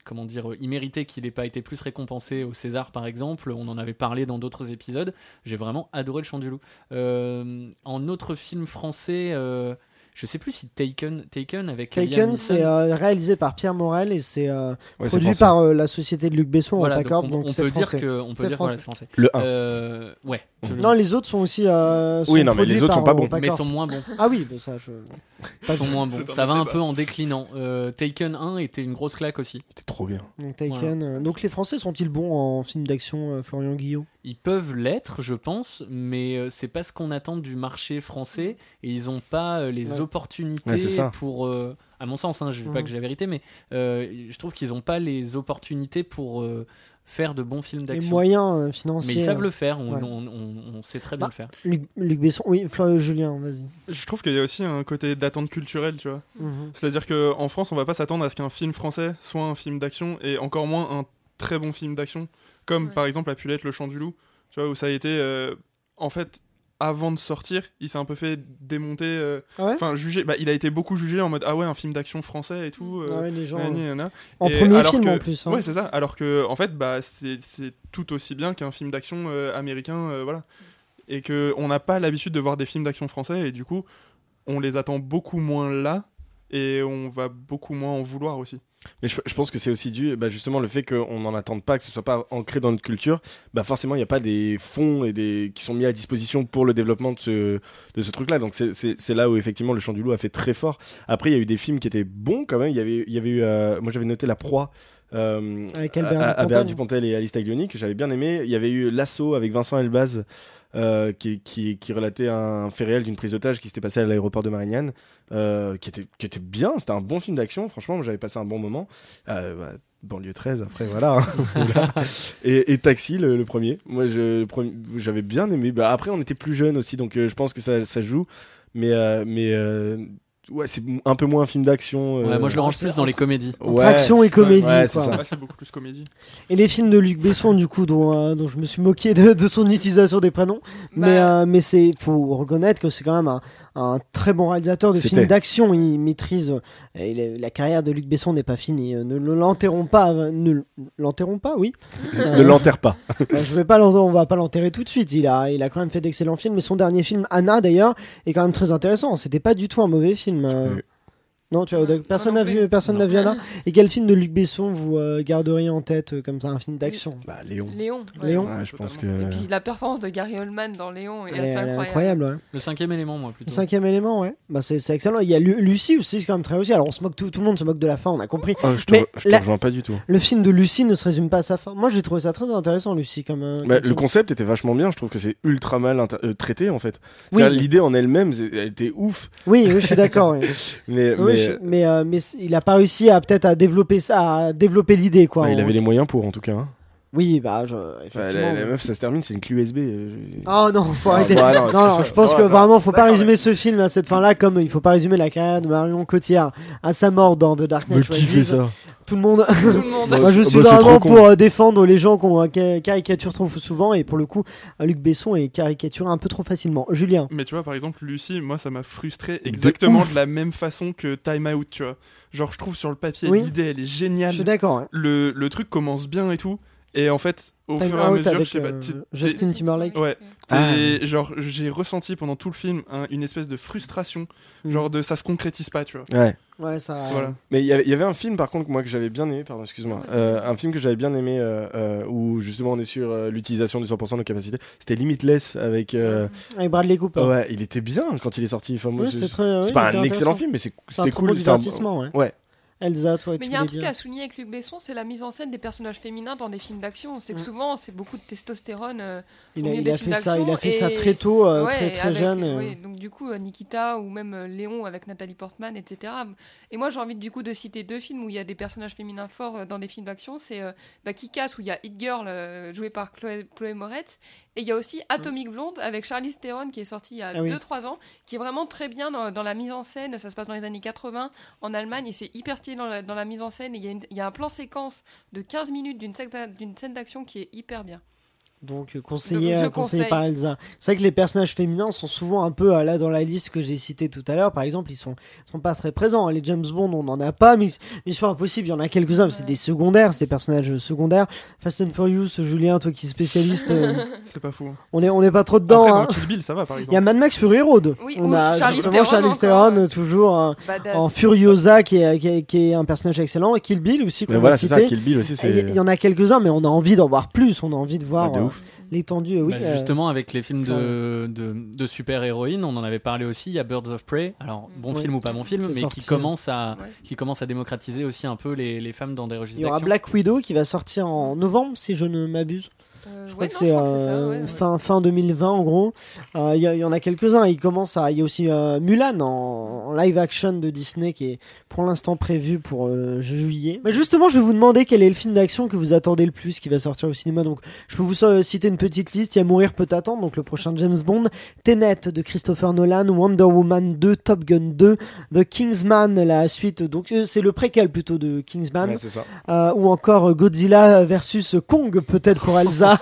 Speaker 8: comment dire, immérité qu'il n'ait pas été plus récompensé au César, par exemple. On en avait parlé dans d'autres épisodes. J'ai vraiment adoré le Chant du Loup. Euh, en autre film français, euh, je sais plus si Taken, Taken avec Liam
Speaker 5: Taken,
Speaker 8: Neeson.
Speaker 5: c'est euh, réalisé par Pierre Morel et c'est euh,
Speaker 7: Ouais, c'est
Speaker 5: produit
Speaker 7: français.
Speaker 5: par euh, la société de Luc Besson,
Speaker 8: Voilà,
Speaker 5: on est
Speaker 8: donc
Speaker 5: d'accord
Speaker 8: on,
Speaker 5: donc
Speaker 8: on
Speaker 5: c'est
Speaker 8: peut dire
Speaker 5: français.
Speaker 8: que, on peut
Speaker 5: C'est
Speaker 8: dire
Speaker 5: français.
Speaker 8: voilà, c'est français.
Speaker 7: Le
Speaker 6: Ah.
Speaker 7: 1.
Speaker 8: Euh, ouais.
Speaker 6: Mmh.
Speaker 8: absolument.
Speaker 5: Non, les autres sont aussi. euh, sont
Speaker 7: Oui, non, mais les
Speaker 5: produits
Speaker 7: autres sont
Speaker 5: par,
Speaker 7: pas
Speaker 5: euh,
Speaker 7: bons.
Speaker 5: Opacor.
Speaker 8: mais sont moins bons.
Speaker 5: Ah oui, bon, ça, je. Pas
Speaker 8: sont
Speaker 5: vu.
Speaker 8: moins bons.
Speaker 6: C'est un
Speaker 8: Ça va
Speaker 6: bon
Speaker 8: un
Speaker 6: débat.
Speaker 8: peu en déclinant. Euh, Taken 1 était une grosse claque aussi.
Speaker 7: C'était trop bien.
Speaker 5: Donc, Taken.
Speaker 8: Voilà.
Speaker 5: euh, donc, les Français sont-ils bons en film d'action, euh, Florian Guillot
Speaker 8: Ils peuvent l'être, je pense, mais euh, c'est pas ce qu'on attend du marché français et ils ont pas euh, les
Speaker 5: Ouais.
Speaker 8: opportunités
Speaker 7: Ouais, c'est ça.
Speaker 8: pour. euh, à mon sens, hein, je dis
Speaker 5: Mhm.
Speaker 8: pas que j'ai la vérité, mais euh, je trouve qu'ils ont pas les opportunités pour euh, faire de bons films
Speaker 5: Les
Speaker 8: d'action.
Speaker 5: moyens euh,
Speaker 8: Mais
Speaker 5: financiers.
Speaker 8: ils savent le faire, on,
Speaker 5: ouais.
Speaker 8: on- on- on sait très bien
Speaker 5: Bah,
Speaker 8: le faire.
Speaker 5: euh, Luc, Luc Besson, oui, Florian Julien, vas-y.
Speaker 6: Je trouve qu'il y a aussi un côté d'attente culturelle, tu vois.
Speaker 5: Mhm.
Speaker 6: C'est-à-dire qu'en France, on va pas s'attendre à ce qu'un film français soit un film d'action et encore moins un très bon film d'action, comme
Speaker 1: Ouais.
Speaker 6: par exemple a pu l'être Le Chant du Loup, tu vois, où ça a été. euh, en fait, avant de sortir, il s'est un peu fait démonter. euh,
Speaker 5: Ah ouais
Speaker 6: Enfin, jugé. Bah, il a été beaucoup jugé en mode Ah ouais, un film d'action français et tout. euh,
Speaker 5: Ah ouais, les gens,
Speaker 6: nani,
Speaker 5: euh,
Speaker 6: nana.
Speaker 5: En
Speaker 6: Et
Speaker 5: premier
Speaker 6: alors
Speaker 5: film
Speaker 6: que-
Speaker 5: en plus. hein.
Speaker 6: Ouais, c'est ça. Alors que, en fait, bah, c'est c'est tout aussi bien qu'un film d'action euh, américain, euh, voilà. Et que on n'a pas l'habitude de voir des films d'action français, et du coup, on les attend beaucoup moins là, et on va beaucoup moins en vouloir aussi.
Speaker 7: Mais je, je pense que c'est aussi dû, bah, justement, le fait qu'on n'en attende pas, que ce soit pas ancré dans notre culture. Bah, forcément, il n'y a pas des fonds et des qui sont mis à disposition pour le développement de ce, de ce truc-là. Donc, c'est- c'est c'est là où effectivement le Chant du Loup a fait très fort. Après, il y a eu des films qui étaient bons quand même. Il y avait, il y avait eu, euh, moi j'avais noté La Proie. Euh,
Speaker 5: Avec
Speaker 7: à-
Speaker 5: Albert
Speaker 7: à-
Speaker 5: Dupontel.
Speaker 7: Albert Dupontel et Alice Taglioni que j'avais bien aimé il y avait eu L'Assaut avec Vincent Elbaz euh, qui, qui, qui relatait un fait réel d'une prise d'otage qui s'était passée à l'aéroport de Marignane euh, qui, était, qui était bien c'était un bon film d'action franchement moi, j'avais passé un bon moment euh, bah, banlieue 13 après voilà hein. Oula. et, et Taxi le, le premier moi je, le premier- j'avais bien aimé Bah, après on était plus jeunes aussi donc euh, je pense que ça, ça joue mais, euh, mais euh, ouais c'est un peu moins un film d'action euh,
Speaker 8: Ouais, moi, je le range plus dans les comédies.
Speaker 5: Entre
Speaker 7: ouais.
Speaker 5: action et comédie.
Speaker 7: Ouais, c'est
Speaker 5: quoi.
Speaker 7: ça.
Speaker 6: Là, c'est beaucoup plus comédie.
Speaker 5: Et les films de Luc Besson, du coup, dont, euh, dont je me suis moqué de, de son utilisation des prénoms. mais
Speaker 1: Bah,
Speaker 5: euh, mais c'est faut reconnaître que c'est quand même un, un très bon réalisateur de films
Speaker 7: C'était.
Speaker 5: d'action. Il maîtrise. euh, et la, la carrière de Luc Besson n'est pas finie. Euh, Ne l'enterrons pas. euh, Ne l'enterrons pas, oui.
Speaker 7: ne l'enterre pas
Speaker 5: Euh, je vais pas l'en- on va pas l'enterrer tout de suite. Il a, il a quand même fait d'excellents films. Mais son dernier film, Anna, d'ailleurs, est quand même très intéressant. C'était pas du tout un mauvais film. euh.
Speaker 7: peux-
Speaker 5: Non, tu as, euh,
Speaker 1: Non,
Speaker 5: personne n'a
Speaker 1: moi Ah non plus.
Speaker 5: vu, personne n'a vu Anna. Et quel film de Luc Besson vous euh, garderiez en tête euh, comme ça, un film d'action
Speaker 7: bah Léon
Speaker 1: Léon.
Speaker 5: euh, Léon.
Speaker 7: Ouais, je pense que
Speaker 6: Totalement.
Speaker 1: Et puis la performance de Gary Oldman dans Léon est
Speaker 5: Elle est-
Speaker 1: assez
Speaker 5: elle est
Speaker 1: incroyable.
Speaker 5: incroyable, ouais.
Speaker 8: Le cinquième élément, moi,
Speaker 5: Le
Speaker 8: plutôt.
Speaker 5: cinquième élément, ouais. Bah, c'est c'est excellent. Il y a Lu- Lucie aussi, c'est quand même très réussi. Alors, on se moque, tout, tout le monde se moque de la fin, on a compris.
Speaker 7: Ah, je te,
Speaker 5: Mais
Speaker 7: re- je te
Speaker 5: la-
Speaker 7: rejoins pas du tout.
Speaker 5: Le film de Lucie ne se résume pas à sa fin. Moi, j'ai trouvé ça très intéressant, Lucie, comme. euh,
Speaker 7: Bah,
Speaker 5: comme
Speaker 7: le
Speaker 5: film.
Speaker 7: concept était vachement bien, je trouve que c'est ultra mal inter- euh, traité en fait.
Speaker 5: Oui.
Speaker 7: C'est-à-dire, L'idée en elle-même, c'est- elle était ouf,
Speaker 5: Oui, oui, je suis d'accord. ouais.
Speaker 7: mais,
Speaker 5: Oui,
Speaker 7: mais,
Speaker 5: je- mais, euh, mais c'est- il a pas réussi à peut-être à développer ça, à développer l'idée, quoi.
Speaker 7: bah, il
Speaker 5: En-
Speaker 7: avait les moyens pour en tout cas. hein.
Speaker 5: Oui, bah, je-
Speaker 7: Bah,
Speaker 5: effectivement.
Speaker 7: la, la meuf, ça se termine, c'est une clé USB. euh, je-
Speaker 5: Oh non, faut
Speaker 7: Ah,
Speaker 5: arrêter.
Speaker 7: bah, non,
Speaker 5: non,
Speaker 7: excuse-moi.
Speaker 5: non, je pense
Speaker 7: Voilà,
Speaker 5: que
Speaker 7: ça-
Speaker 5: vraiment, faut pas
Speaker 7: D'accord,
Speaker 5: résumer ce film à cette fin-là, comme il faut pas résumer la carrière de Marion Cotillard à sa mort dans The Dark Knight.
Speaker 7: Mais qui fait
Speaker 5: Rises.
Speaker 7: ça
Speaker 5: Tout le monde.
Speaker 1: Tout le monde.
Speaker 7: Bah,
Speaker 5: Moi, je
Speaker 7: c'est-
Speaker 5: suis
Speaker 7: bah, c'est trop
Speaker 5: vraiment
Speaker 7: con.
Speaker 5: pour euh, défendre les gens qu'on euh, ca- caricature trop souvent et pour le coup, euh, Luc Besson est caricaturé un peu trop facilement. Julien,
Speaker 6: Mais tu vois, par exemple, Lucie, moi, ça m'a frustré
Speaker 7: De
Speaker 6: exactement de,
Speaker 7: ouf.
Speaker 6: la même façon que Time Out, tu vois. Genre, je trouve sur le papier,
Speaker 5: Oui.
Speaker 6: l'idée, elle est
Speaker 5: je
Speaker 6: géniale.
Speaker 5: suis d'accord. hein.
Speaker 6: Le, le truc commence bien et tout. Et en fait, au
Speaker 5: Time
Speaker 6: fur et à
Speaker 5: Out
Speaker 6: mesure,
Speaker 5: avec,
Speaker 6: je sais pas,
Speaker 5: euh,
Speaker 6: tu- t'es-
Speaker 5: Justin Timberlake.
Speaker 6: Ouais.
Speaker 7: Ah.
Speaker 6: T'es- Genre, j'ai ressenti pendant tout le film hein, une espèce de frustration.
Speaker 5: Mm. Ah.
Speaker 6: Genre, de ça se concrétise pas, tu vois.
Speaker 7: Ouais.
Speaker 5: Ouais, ça.
Speaker 6: Voilà.
Speaker 7: Mais il y, avait- il y avait un film par contre moi que j'avais bien aimé, pardon excuse-moi, Euh, un film que j'avais bien aimé euh, euh, où justement on est sur euh, l'utilisation du 100% de nos capacités, c'était Limitless avec... euh,
Speaker 5: Avec Bradley Cooper.
Speaker 7: Ouais, il était bien quand il est sorti. Enfin, moi,
Speaker 5: Oui,
Speaker 7: je-
Speaker 5: c'était très-
Speaker 7: c'est
Speaker 5: Ah oui,
Speaker 7: pas
Speaker 5: il
Speaker 7: un
Speaker 5: était
Speaker 7: excellent
Speaker 5: intéressant.
Speaker 7: film mais c'est-
Speaker 5: C'est un
Speaker 7: c'était
Speaker 5: très bon
Speaker 7: cool. c'était un-
Speaker 5: divertissement, ouais.
Speaker 7: Ouais.
Speaker 5: Elsa, toi,
Speaker 1: Mais
Speaker 5: tu
Speaker 1: il y a un
Speaker 5: voulais
Speaker 1: truc
Speaker 5: dire.
Speaker 1: à souligner avec Luc Besson, c'est la mise en scène des personnages féminins dans des films d'action. C'est que
Speaker 5: Mm.
Speaker 1: souvent, c'est beaucoup de testostérone. euh,
Speaker 5: Il
Speaker 1: au
Speaker 5: a,
Speaker 1: milieu
Speaker 5: il
Speaker 1: des
Speaker 5: a fait
Speaker 1: films
Speaker 5: ça, il a fait
Speaker 1: d'action
Speaker 5: ça
Speaker 1: et-
Speaker 5: très tôt, euh,
Speaker 1: ouais,
Speaker 5: très, très
Speaker 1: avec-
Speaker 5: jeune. euh.
Speaker 1: ouais, donc du coup, euh, Nikita ou même euh, Léon avec Nathalie Portman, etc. Et moi, j'ai envie du coup de citer deux films où il y a des personnages féminins forts euh, dans des films d'action. C'est euh, bah, Kick-Ass où il y a Hit Girl euh, jouée par Chloé, Chloé Moretz, et il y a aussi Atomic Blonde avec Charlize Theron qui est sorti il y a
Speaker 5: Mm. Ah oui.
Speaker 1: 2-3 ans, qui est vraiment très bien dans, dans la mise en scène. Ça se passe dans les années 80 en Allemagne et c'est hyper stylé dans la, dans la mise en scène. Et il y, a une- il y a un plan séquence de 15 minutes d'une scène d'a- d'une scène d'action qui est hyper bien.
Speaker 5: Donc euh,
Speaker 1: Donc,
Speaker 5: conseillé,
Speaker 1: je
Speaker 5: euh, conseillé
Speaker 1: conseille.
Speaker 5: par Elsa. C'est vrai que les personnages féminins sont souvent un peu euh, là dans la liste que j'ai citée tout à l'heure. Par exemple, ils sont ils sont pas très présents. hein. Les James Bond, on n'en a pas. mais Mission Impossible, il y en a quelques-uns. mais C'est des secondaires, c'est des personnages secondaires. Fast and Furious, Julien, toi qui es spécialiste, euh,
Speaker 6: C'est pas fou. hein.
Speaker 5: on est on n'est pas trop dedans.
Speaker 6: Après,
Speaker 5: hein.
Speaker 6: dans Kill Bill, ça va, par
Speaker 5: Il y a
Speaker 6: exemple.
Speaker 5: Mad Max Fury Road.
Speaker 1: Oui,
Speaker 5: on
Speaker 1: ou
Speaker 5: a
Speaker 1: Charlize
Speaker 5: justement
Speaker 1: Theron
Speaker 5: Charlize
Speaker 1: encore.
Speaker 5: Theron, euh, toujours euh,
Speaker 1: Badass.
Speaker 5: en Furiosa, qui est, qui, est, qui est un personnage excellent. Et Kill Bill aussi, qu'on
Speaker 7: Mais
Speaker 5: a
Speaker 7: voilà, c'est
Speaker 5: cité.
Speaker 7: ça, Kill Bill aussi, c'est.
Speaker 5: Il y- il y en a quelques-uns, mais on a envie d'en voir plus. On a envie de voir
Speaker 7: Ouais, de
Speaker 5: euh,
Speaker 7: ouf.
Speaker 5: l'étendue. euh, Oui,
Speaker 8: Bah,
Speaker 5: euh,
Speaker 8: justement, avec les films de,
Speaker 5: Florian.
Speaker 8: de, de super-héroïnes, on en avait parlé aussi. Il y a Birds of Prey, alors bon
Speaker 5: Ouais.
Speaker 8: film ou pas bon film,
Speaker 5: Qui est
Speaker 8: mais
Speaker 5: sorti, euh,
Speaker 8: qui commence, à,
Speaker 1: Ouais.
Speaker 8: qui commence à démocratiser aussi un peu les, les femmes dans des registres
Speaker 5: Il y aura
Speaker 8: d'action.
Speaker 5: Black Widow qui va sortir en novembre, si je ne m'abuse.
Speaker 1: Euh,
Speaker 5: Je crois
Speaker 1: ouais,
Speaker 5: que
Speaker 1: non,
Speaker 5: c'est
Speaker 1: c'est ça,
Speaker 5: euh,
Speaker 1: ouais, ouais.
Speaker 5: fin, fin 2020 en gros. Euh, Il y, a- il y en a quelques-uns. Il commence à. Il y a aussi euh, Mulan en, en live action de Disney qui est pour l'instant prévu pour euh, ju- juillet. Mais justement, je vais vous demander quel est le film d'action que vous attendez le plus qui va sortir au cinéma. Donc, je peux vous euh, citer une petite liste. Il y a Mourir peut attendre, donc le prochain James Bond, Tenet de Christopher Nolan, Wonder Woman 2, Top Gun 2, The Kingsman, la suite. Donc, euh, c'est le préquel plutôt de Kingsman.
Speaker 7: Ouais, c'est ça.
Speaker 5: Euh, ou encore euh, Godzilla versus Kong, peut-être pour Elsa,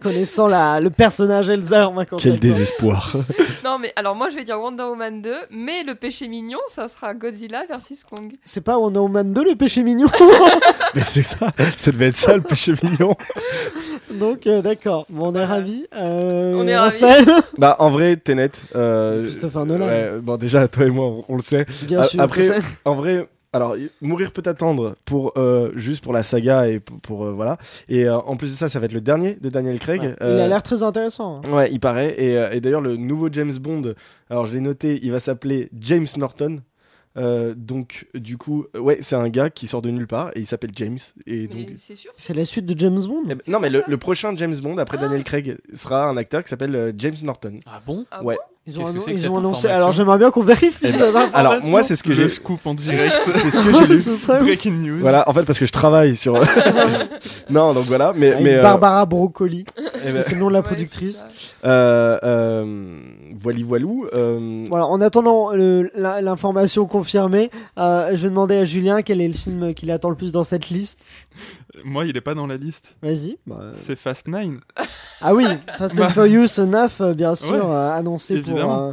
Speaker 5: connaissant la, le personnage Elsa en vacances.
Speaker 7: Quel désespoir.
Speaker 1: Non, mais alors moi je vais dire Wonder Woman 2, mais le péché mignon, ça sera Godzilla versus Kong.
Speaker 5: C'est pas Wonder Woman 2, le péché mignon
Speaker 7: Mais c'est ça, ça devait être ça le péché mignon.
Speaker 5: Donc, euh, d'accord, Bon, on est ravis. Euh,
Speaker 1: On est ravis.
Speaker 5: Raphaël
Speaker 7: Bah en vrai, Tenet.
Speaker 5: De
Speaker 7: Euh,
Speaker 5: Christopher Nolan.
Speaker 7: ouais, bon déjà toi et moi, on, on le sait.
Speaker 5: Bien
Speaker 7: A-
Speaker 5: sûr.
Speaker 7: après,
Speaker 5: ça-
Speaker 7: en vrai, alors y- mourir peut attendre pour euh, juste pour la saga et pour, pour, euh, voilà. Et euh, en plus de ça, ça va être le dernier de Daniel Craig.
Speaker 5: Il
Speaker 7: Euh,
Speaker 5: a l'air très intéressant. hein.
Speaker 7: Ouais, il paraît. Et, euh, et d'ailleurs, le nouveau James Bond, alors je l'ai noté, il va s'appeler James Norton. Euh, donc, du coup, euh, ouais, c'est un gars qui sort de nulle part et il s'appelle James. Et donc,
Speaker 1: Mais c'est sûr.
Speaker 5: C'est la suite de James Bond.
Speaker 7: Eh ben,
Speaker 1: c'est
Speaker 7: non,
Speaker 1: quoi
Speaker 7: mais le,
Speaker 1: ça
Speaker 7: le prochain James Bond après Daniel Craig sera un acteur qui s'appelle euh, James Norton.
Speaker 8: Ah bon
Speaker 1: Ah
Speaker 7: ouais.
Speaker 5: Ils ont,
Speaker 8: Qu'est-ce que
Speaker 5: annon-
Speaker 8: c'est que
Speaker 5: ils
Speaker 8: cette
Speaker 5: ont annoncé.
Speaker 8: information
Speaker 5: Alors, j'aimerais bien qu'on vérifie
Speaker 7: Eh
Speaker 5: cette
Speaker 7: ben,
Speaker 5: information.
Speaker 7: Alors, moi, c'est ce que
Speaker 6: le
Speaker 7: j'ai.
Speaker 6: scoop en direct.
Speaker 7: C'est ce que j'ai lu.
Speaker 5: Ce serait ouf.
Speaker 6: Breaking news.
Speaker 7: Voilà, en fait, parce que je travaille sur. non, donc voilà, mais.
Speaker 5: Avec
Speaker 7: mais euh,
Speaker 5: Barbara Broccoli,
Speaker 7: eh ben,
Speaker 5: c'est le nom de la
Speaker 1: Ouais,
Speaker 5: productrice.
Speaker 1: c'est ça.
Speaker 7: euh, euh, voili voilou. euh,
Speaker 5: Voilà, en attendant le- la- l'information confirmée, euh, je vais demander à Julien quel est le film qu'il attend le plus dans cette liste.
Speaker 6: Moi, il est pas dans la liste.
Speaker 5: Vas-y. Bah, euh,
Speaker 6: C'est Fast 9.
Speaker 5: Ah oui, Fast and
Speaker 6: Bah.
Speaker 5: Furious 9, euh, bien sûr,
Speaker 6: Ouais,
Speaker 5: euh, annoncé pour.
Speaker 6: évidemment.
Speaker 5: euh,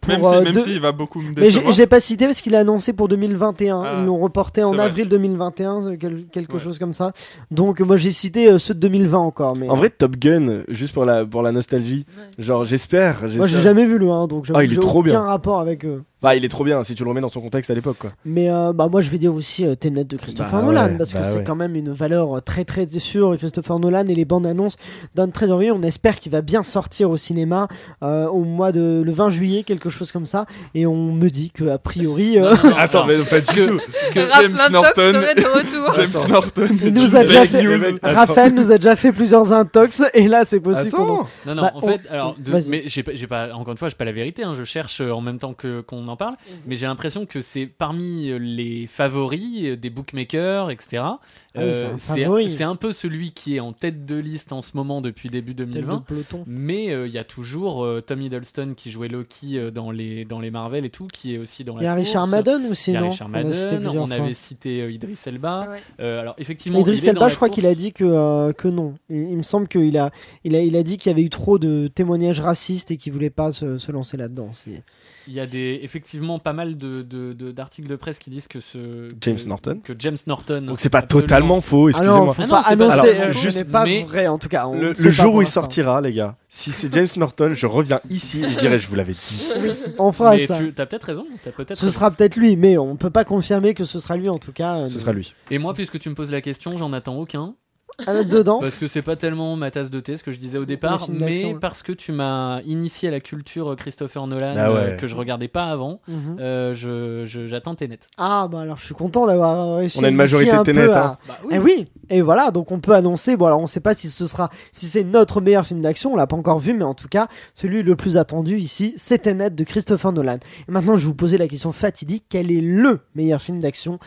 Speaker 5: pour,
Speaker 6: Même
Speaker 5: euh,
Speaker 6: si, même
Speaker 5: deux-
Speaker 6: s'il va beaucoup me
Speaker 5: Mais je
Speaker 6: décevoir.
Speaker 5: je l'ai pas cité parce qu'il est annoncé pour 2021.
Speaker 6: Ah,
Speaker 5: Ils l'ont reporté en
Speaker 6: c'est vrai.
Speaker 5: avril 2021, euh, quel- quelque
Speaker 6: Ouais.
Speaker 5: chose comme ça. Donc moi j'ai cité euh, ceux de 2020 encore. Mais
Speaker 7: En vrai, Top Gun, juste pour la, pour la nostalgie. Genre, j'espère.
Speaker 5: moi j'ai
Speaker 7: j'espère.
Speaker 5: jamais vu le 1, donc j'avoue
Speaker 7: Ah, il
Speaker 5: que
Speaker 7: est
Speaker 5: j'ai
Speaker 7: trop
Speaker 5: aucun
Speaker 7: bien.
Speaker 5: rapport avec euh, eux.
Speaker 7: Bah, il est trop bien si tu le remets dans son contexte à l'époque, quoi.
Speaker 5: Mais euh, bah moi je vais dire aussi euh, Tenet de Christopher
Speaker 7: Bah
Speaker 5: Nolan
Speaker 7: ouais,
Speaker 5: parce que
Speaker 7: bah
Speaker 5: c'est
Speaker 7: ouais.
Speaker 5: quand même une valeur euh, très très sûre. Christopher Nolan et les bandes annonces donnent très envie. On espère qu'il va bien sortir au cinéma euh, au mois de le 20 juillet quelque chose comme ça. Et on me dit que a priori euh,
Speaker 7: Attends, mais pas du tout.
Speaker 1: Raph
Speaker 6: James
Speaker 1: Lintock
Speaker 6: Norton.
Speaker 1: serait de retour.
Speaker 6: James Norton.
Speaker 5: il nous a
Speaker 6: Fake
Speaker 5: déjà fait
Speaker 6: news.
Speaker 7: Attends.
Speaker 5: Raphaël nous a déjà fait plusieurs intox et là c'est possible. qu'on en-
Speaker 7: Attends.
Speaker 8: Non, non,
Speaker 5: Bah,
Speaker 8: en
Speaker 5: on-
Speaker 8: fait, alors, de-
Speaker 5: vas-y.
Speaker 8: mais j'ai pas, j'ai pas- encore une fois, j'ai pas la vérité, hein, je cherche euh, en même temps que qu'on en parle,
Speaker 5: Mhm.
Speaker 8: mais j'ai l'impression que c'est parmi euh, les favoris euh, des bookmakers, etc.
Speaker 5: Ah oui, c'est un
Speaker 8: c'est
Speaker 5: favori.
Speaker 8: c'est un peu celui qui est en tête de liste en ce moment depuis début
Speaker 5: Tel
Speaker 8: 2020.
Speaker 5: le peloton.
Speaker 8: Mais euh, il y a toujours euh, Tom Hiddleston qui jouait Loki euh, dans, les, dans les Marvel et tout, qui est aussi dans la.
Speaker 5: Il y a
Speaker 8: course.
Speaker 5: Richard Madden
Speaker 8: Il
Speaker 5: aussi
Speaker 8: y a
Speaker 5: non
Speaker 8: Richard
Speaker 5: qu'on a cité
Speaker 8: Madden,
Speaker 5: plusieurs
Speaker 8: on
Speaker 5: fois.
Speaker 8: avait cité euh, Idris Elba.
Speaker 1: Ah ouais.
Speaker 8: Euh, alors, effectivement.
Speaker 5: Idriss
Speaker 8: il est dans
Speaker 5: Elba,
Speaker 8: la
Speaker 5: je crois
Speaker 8: course.
Speaker 5: qu'il a dit que, euh, que non. Il, il me semble qu'il a, il a, il a dit qu'il y avait eu trop de témoignages racistes et qu'il voulait pas se, se lancer là-dedans. C'est-
Speaker 8: Il y a des, effectivement pas mal d'articles de, de, d'articles de presse qui disent que ce. que-
Speaker 7: James Norton.
Speaker 8: Que James Norton.
Speaker 7: Donc c'est pas
Speaker 8: absolument-
Speaker 7: totalement faux,
Speaker 5: Ah non,
Speaker 7: excusez-moi.
Speaker 5: faut
Speaker 8: Ah non,
Speaker 5: pas
Speaker 8: c'est pas
Speaker 5: annoncer.
Speaker 7: Alors,
Speaker 5: euh,
Speaker 7: juste-
Speaker 5: ce n'est pas
Speaker 8: mais-
Speaker 5: vrai en tout cas. on
Speaker 7: Ah Le,
Speaker 5: ne
Speaker 7: le
Speaker 5: sait pas
Speaker 7: jour
Speaker 5: pour
Speaker 7: où il
Speaker 5: l'instant.
Speaker 7: sortira, les gars, si c'est James Norton, je reviens ici et je dirais je vous l'avais dit.
Speaker 5: on fera
Speaker 8: Mais
Speaker 5: ça.
Speaker 8: tu as peut-être raison. t'as peut-être
Speaker 5: Ce
Speaker 8: raison.
Speaker 5: sera peut-être lui, mais on peut pas confirmer que ce sera lui en tout cas. euh,
Speaker 7: Ce
Speaker 5: de-
Speaker 7: sera lui.
Speaker 8: Et moi, puisque tu me poses la question, j'en attends aucun.
Speaker 5: à mettre euh, dedans.
Speaker 8: Parce que c'est pas tellement ma tasse de thé, ce que je disais au
Speaker 5: Les
Speaker 8: départ,
Speaker 5: films
Speaker 8: mais
Speaker 5: d'action.
Speaker 8: parce que tu m'as initié à la culture euh, Christopher Nolan
Speaker 7: Ah ouais.
Speaker 8: euh, que je regardais pas avant.
Speaker 5: Mhm.
Speaker 8: Euh, je- je- J'attends tes nets.
Speaker 5: Ah bah alors je suis content d'avoir réussi.
Speaker 7: On a une
Speaker 5: ici
Speaker 7: majorité
Speaker 5: un
Speaker 7: Tenet,
Speaker 5: peu à-
Speaker 7: hein.
Speaker 8: Bah
Speaker 5: Eh oui, et voilà, donc on peut annoncer. Bon, alors on sait pas si ce sera, si c'est notre meilleur film d'action, on l'a pas encore vu, mais en tout cas, celui le plus attendu ici, c'est Tenet de Christopher Nolan. Et maintenant, je vais vous poser la question fatidique quel est le meilleur film d'action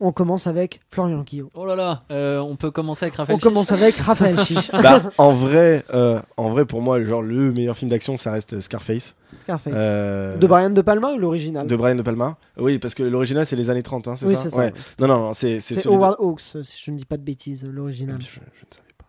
Speaker 5: On commence avec Florian Guillot.
Speaker 8: Oh là là, euh, on peut commencer avec Raphaël.
Speaker 5: On commence avec Raphaël Chiche.
Speaker 7: Bah, en vrai, euh, en vrai pour moi, genre le meilleur film d'action, ça reste Scarface.
Speaker 5: Scarface.
Speaker 7: Euh,
Speaker 5: De Brian De Palma ou l'original
Speaker 7: de Brian De Palma. Oui, parce que l'original c'est les années 30, hein, c'est
Speaker 5: Oui,
Speaker 7: ça,
Speaker 5: c'est ça.
Speaker 7: Ouais. Non, non, non, c'est c'est
Speaker 5: C'est
Speaker 7: celui de-
Speaker 5: Howard Hawks, si je ne dis pas de bêtises, l'original.
Speaker 7: Je, je ne savais pas.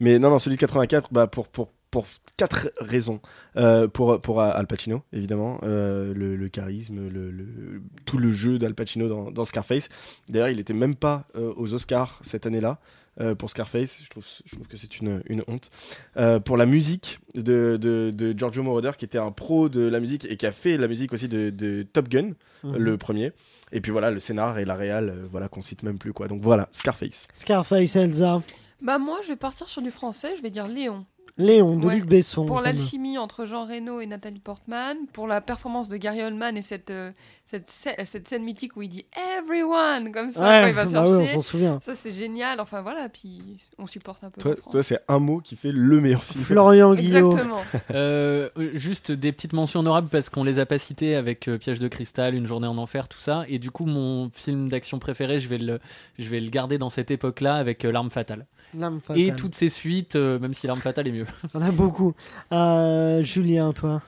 Speaker 7: Mais non, non, celui de 84, bah, pour, pour, pour quatre raisons. Euh, pour, pour Al Pacino, évidemment, euh, le, le charisme, le, le- tout le jeu d'Al Pacino dans, dans Scarface. D'ailleurs, il n'était même pas euh, aux Oscars cette année-là. euh, pour Scarface, je trouve, je trouve que c'est une, une honte. Euh, pour la musique de, de, de Giorgio Moroder, qui était un pro de la musique et qui a fait la musique aussi de, de Top Gun,
Speaker 5: Mhm.
Speaker 7: le premier. Et puis voilà, le scénar et la réal, euh, voilà qu'on cite même plus quoi. Donc voilà, Scarface.
Speaker 5: Scarface Elsa.
Speaker 1: Bah moi je vais partir sur du français, je vais dire Léon.
Speaker 5: Léon de
Speaker 1: Ouais.
Speaker 5: Luc Besson.
Speaker 1: Pour
Speaker 5: comme-
Speaker 1: l'alchimie entre Jean Reno et Nathalie Portman, pour la performance de Gary Oldman et cette, euh, cette, scè- cette scène mythique où il dit Everyone comme ça quand
Speaker 5: Ouais,
Speaker 1: il va
Speaker 5: bah oui, on
Speaker 1: chercher.
Speaker 5: s'en souvient.
Speaker 1: ça c'est génial, enfin voilà, puis on supporte un peu.
Speaker 7: Toi,
Speaker 1: la France.
Speaker 7: toi, c'est un mot qui fait le meilleur film.
Speaker 5: Florian Guillot.
Speaker 1: Exactement.
Speaker 8: Euh, euh, juste des petites mentions honorables parce qu'on les a pas citées avec euh, Piège de cristal, Une journée en enfer, tout ça. Et du coup, mon film d'action préféré, je vais le, je vais le garder dans cette époque-là avec euh, L'arme fatale.
Speaker 5: L'âme
Speaker 8: Et
Speaker 5: fatale.
Speaker 8: toutes ses suites, euh, même si L'arme fatale est mieux.
Speaker 5: On a beaucoup. Euh, Julien, toi.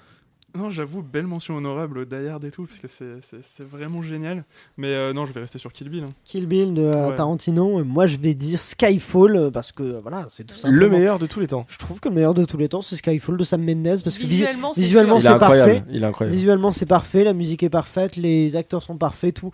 Speaker 6: Non, j'avoue, belle mention honorable, Die Hard et tout, parce que c'est- c'est c'est vraiment génial. Mais euh, non, je vais rester sur Kill Bill. hein.
Speaker 5: Kill Bill de euh,
Speaker 6: Ouais.
Speaker 5: Tarantino. Et Moi, je vais dire Skyfall euh, parce que euh, voilà, c'est tout simplement.
Speaker 7: Le meilleur de tous les temps.
Speaker 5: Je trouve que le meilleur de tous les temps, c'est Skyfall de Sam Mendes parce que visu-
Speaker 1: Visuellement, c'est
Speaker 5: visuellement,
Speaker 1: sûr.
Speaker 7: Il est
Speaker 5: c'est
Speaker 7: incroyable.
Speaker 5: parfait.
Speaker 7: Il est incroyable.
Speaker 5: visuellement, c'est parfait, la musique est parfaite, les acteurs sont parfaits, tout.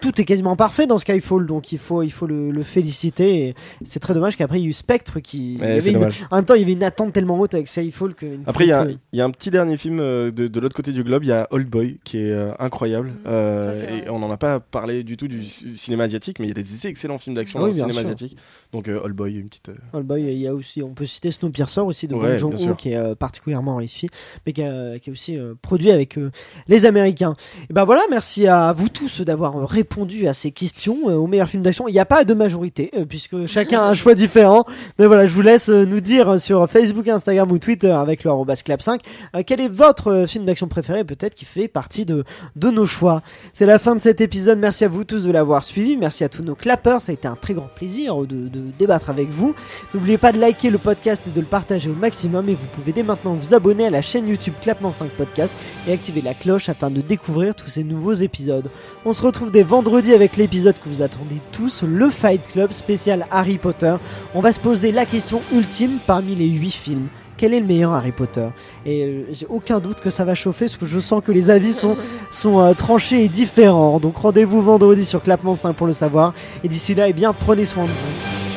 Speaker 5: Tout est quasiment parfait dans Skyfall, donc il faut, il faut le, le féliciter. et C'est très dommage qu'après il y ait eu Spectre qui. il y
Speaker 7: Ouais,
Speaker 5: avait
Speaker 7: C'est
Speaker 5: une-
Speaker 7: dommage.
Speaker 5: En même temps, il y avait une attente tellement haute avec Skyfall que. euh,
Speaker 7: Après, il y, a un- il y a un petit dernier film euh, de, de l'autre côté du globe, il y a Old Boy, qui est euh, incroyable. Euh,
Speaker 1: Mm. Ça, c'est
Speaker 7: et
Speaker 1: vrai.
Speaker 7: on n'en a pas parlé du tout du c- cinéma asiatique, mais il y a des excellents films d'action
Speaker 5: Ah oui,
Speaker 7: dans le
Speaker 5: bien
Speaker 7: cinéma
Speaker 5: sûr.
Speaker 7: asiatique. Donc euh, Old Boy, une petite... euh,
Speaker 5: Oh, le boy, il y a aussi, on peut citer Snowpiercer aussi de
Speaker 7: Ouais,
Speaker 5: Bong
Speaker 7: bien
Speaker 5: Joon-ho
Speaker 7: sûr.
Speaker 5: qui est euh, particulièrement réussi, mais qui a, qui a aussi euh, produit avec euh, les Américains. Et ben voilà, merci à vous tous d'avoir euh, répondu à ces questions euh, aux meilleurs films d'action. Il n'y a pas de majorité euh, puisque chacun a un choix différent. Mais voilà, je vous laisse euh, nous dire euh, sur Facebook, Instagram ou Twitter avec le arobase clap5 euh, quel est votre euh, film d'action préféré, peut-être qui fait partie de de nos choix. C'est la fin de cet épisode. Merci à vous tous de l'avoir suivi. Merci à tous nos clappeurs. Ça a été un très grand plaisir de, de débattre avec vous. N'oubliez pas de liker le podcast et de le partager au maximum. Et vous pouvez dès maintenant vous abonner à la chaîne YouTube Clapement 5 Podcast et activer la cloche afin de découvrir tous ces nouveaux épisodes. On se retrouve dès vendredi avec l'épisode que vous attendez tous, le Fight Club spécial Harry Potter. On va se poser la question ultime parmi les 8 films. Quel est le meilleur Harry Potter Et euh, j'ai aucun doute que ça va chauffer parce que je sens que les avis sont sont euh, tranchés et différents. Donc rendez-vous vendredi sur Clapement 5 pour le savoir. Et d'ici là, eh bien, prenez soin de vous.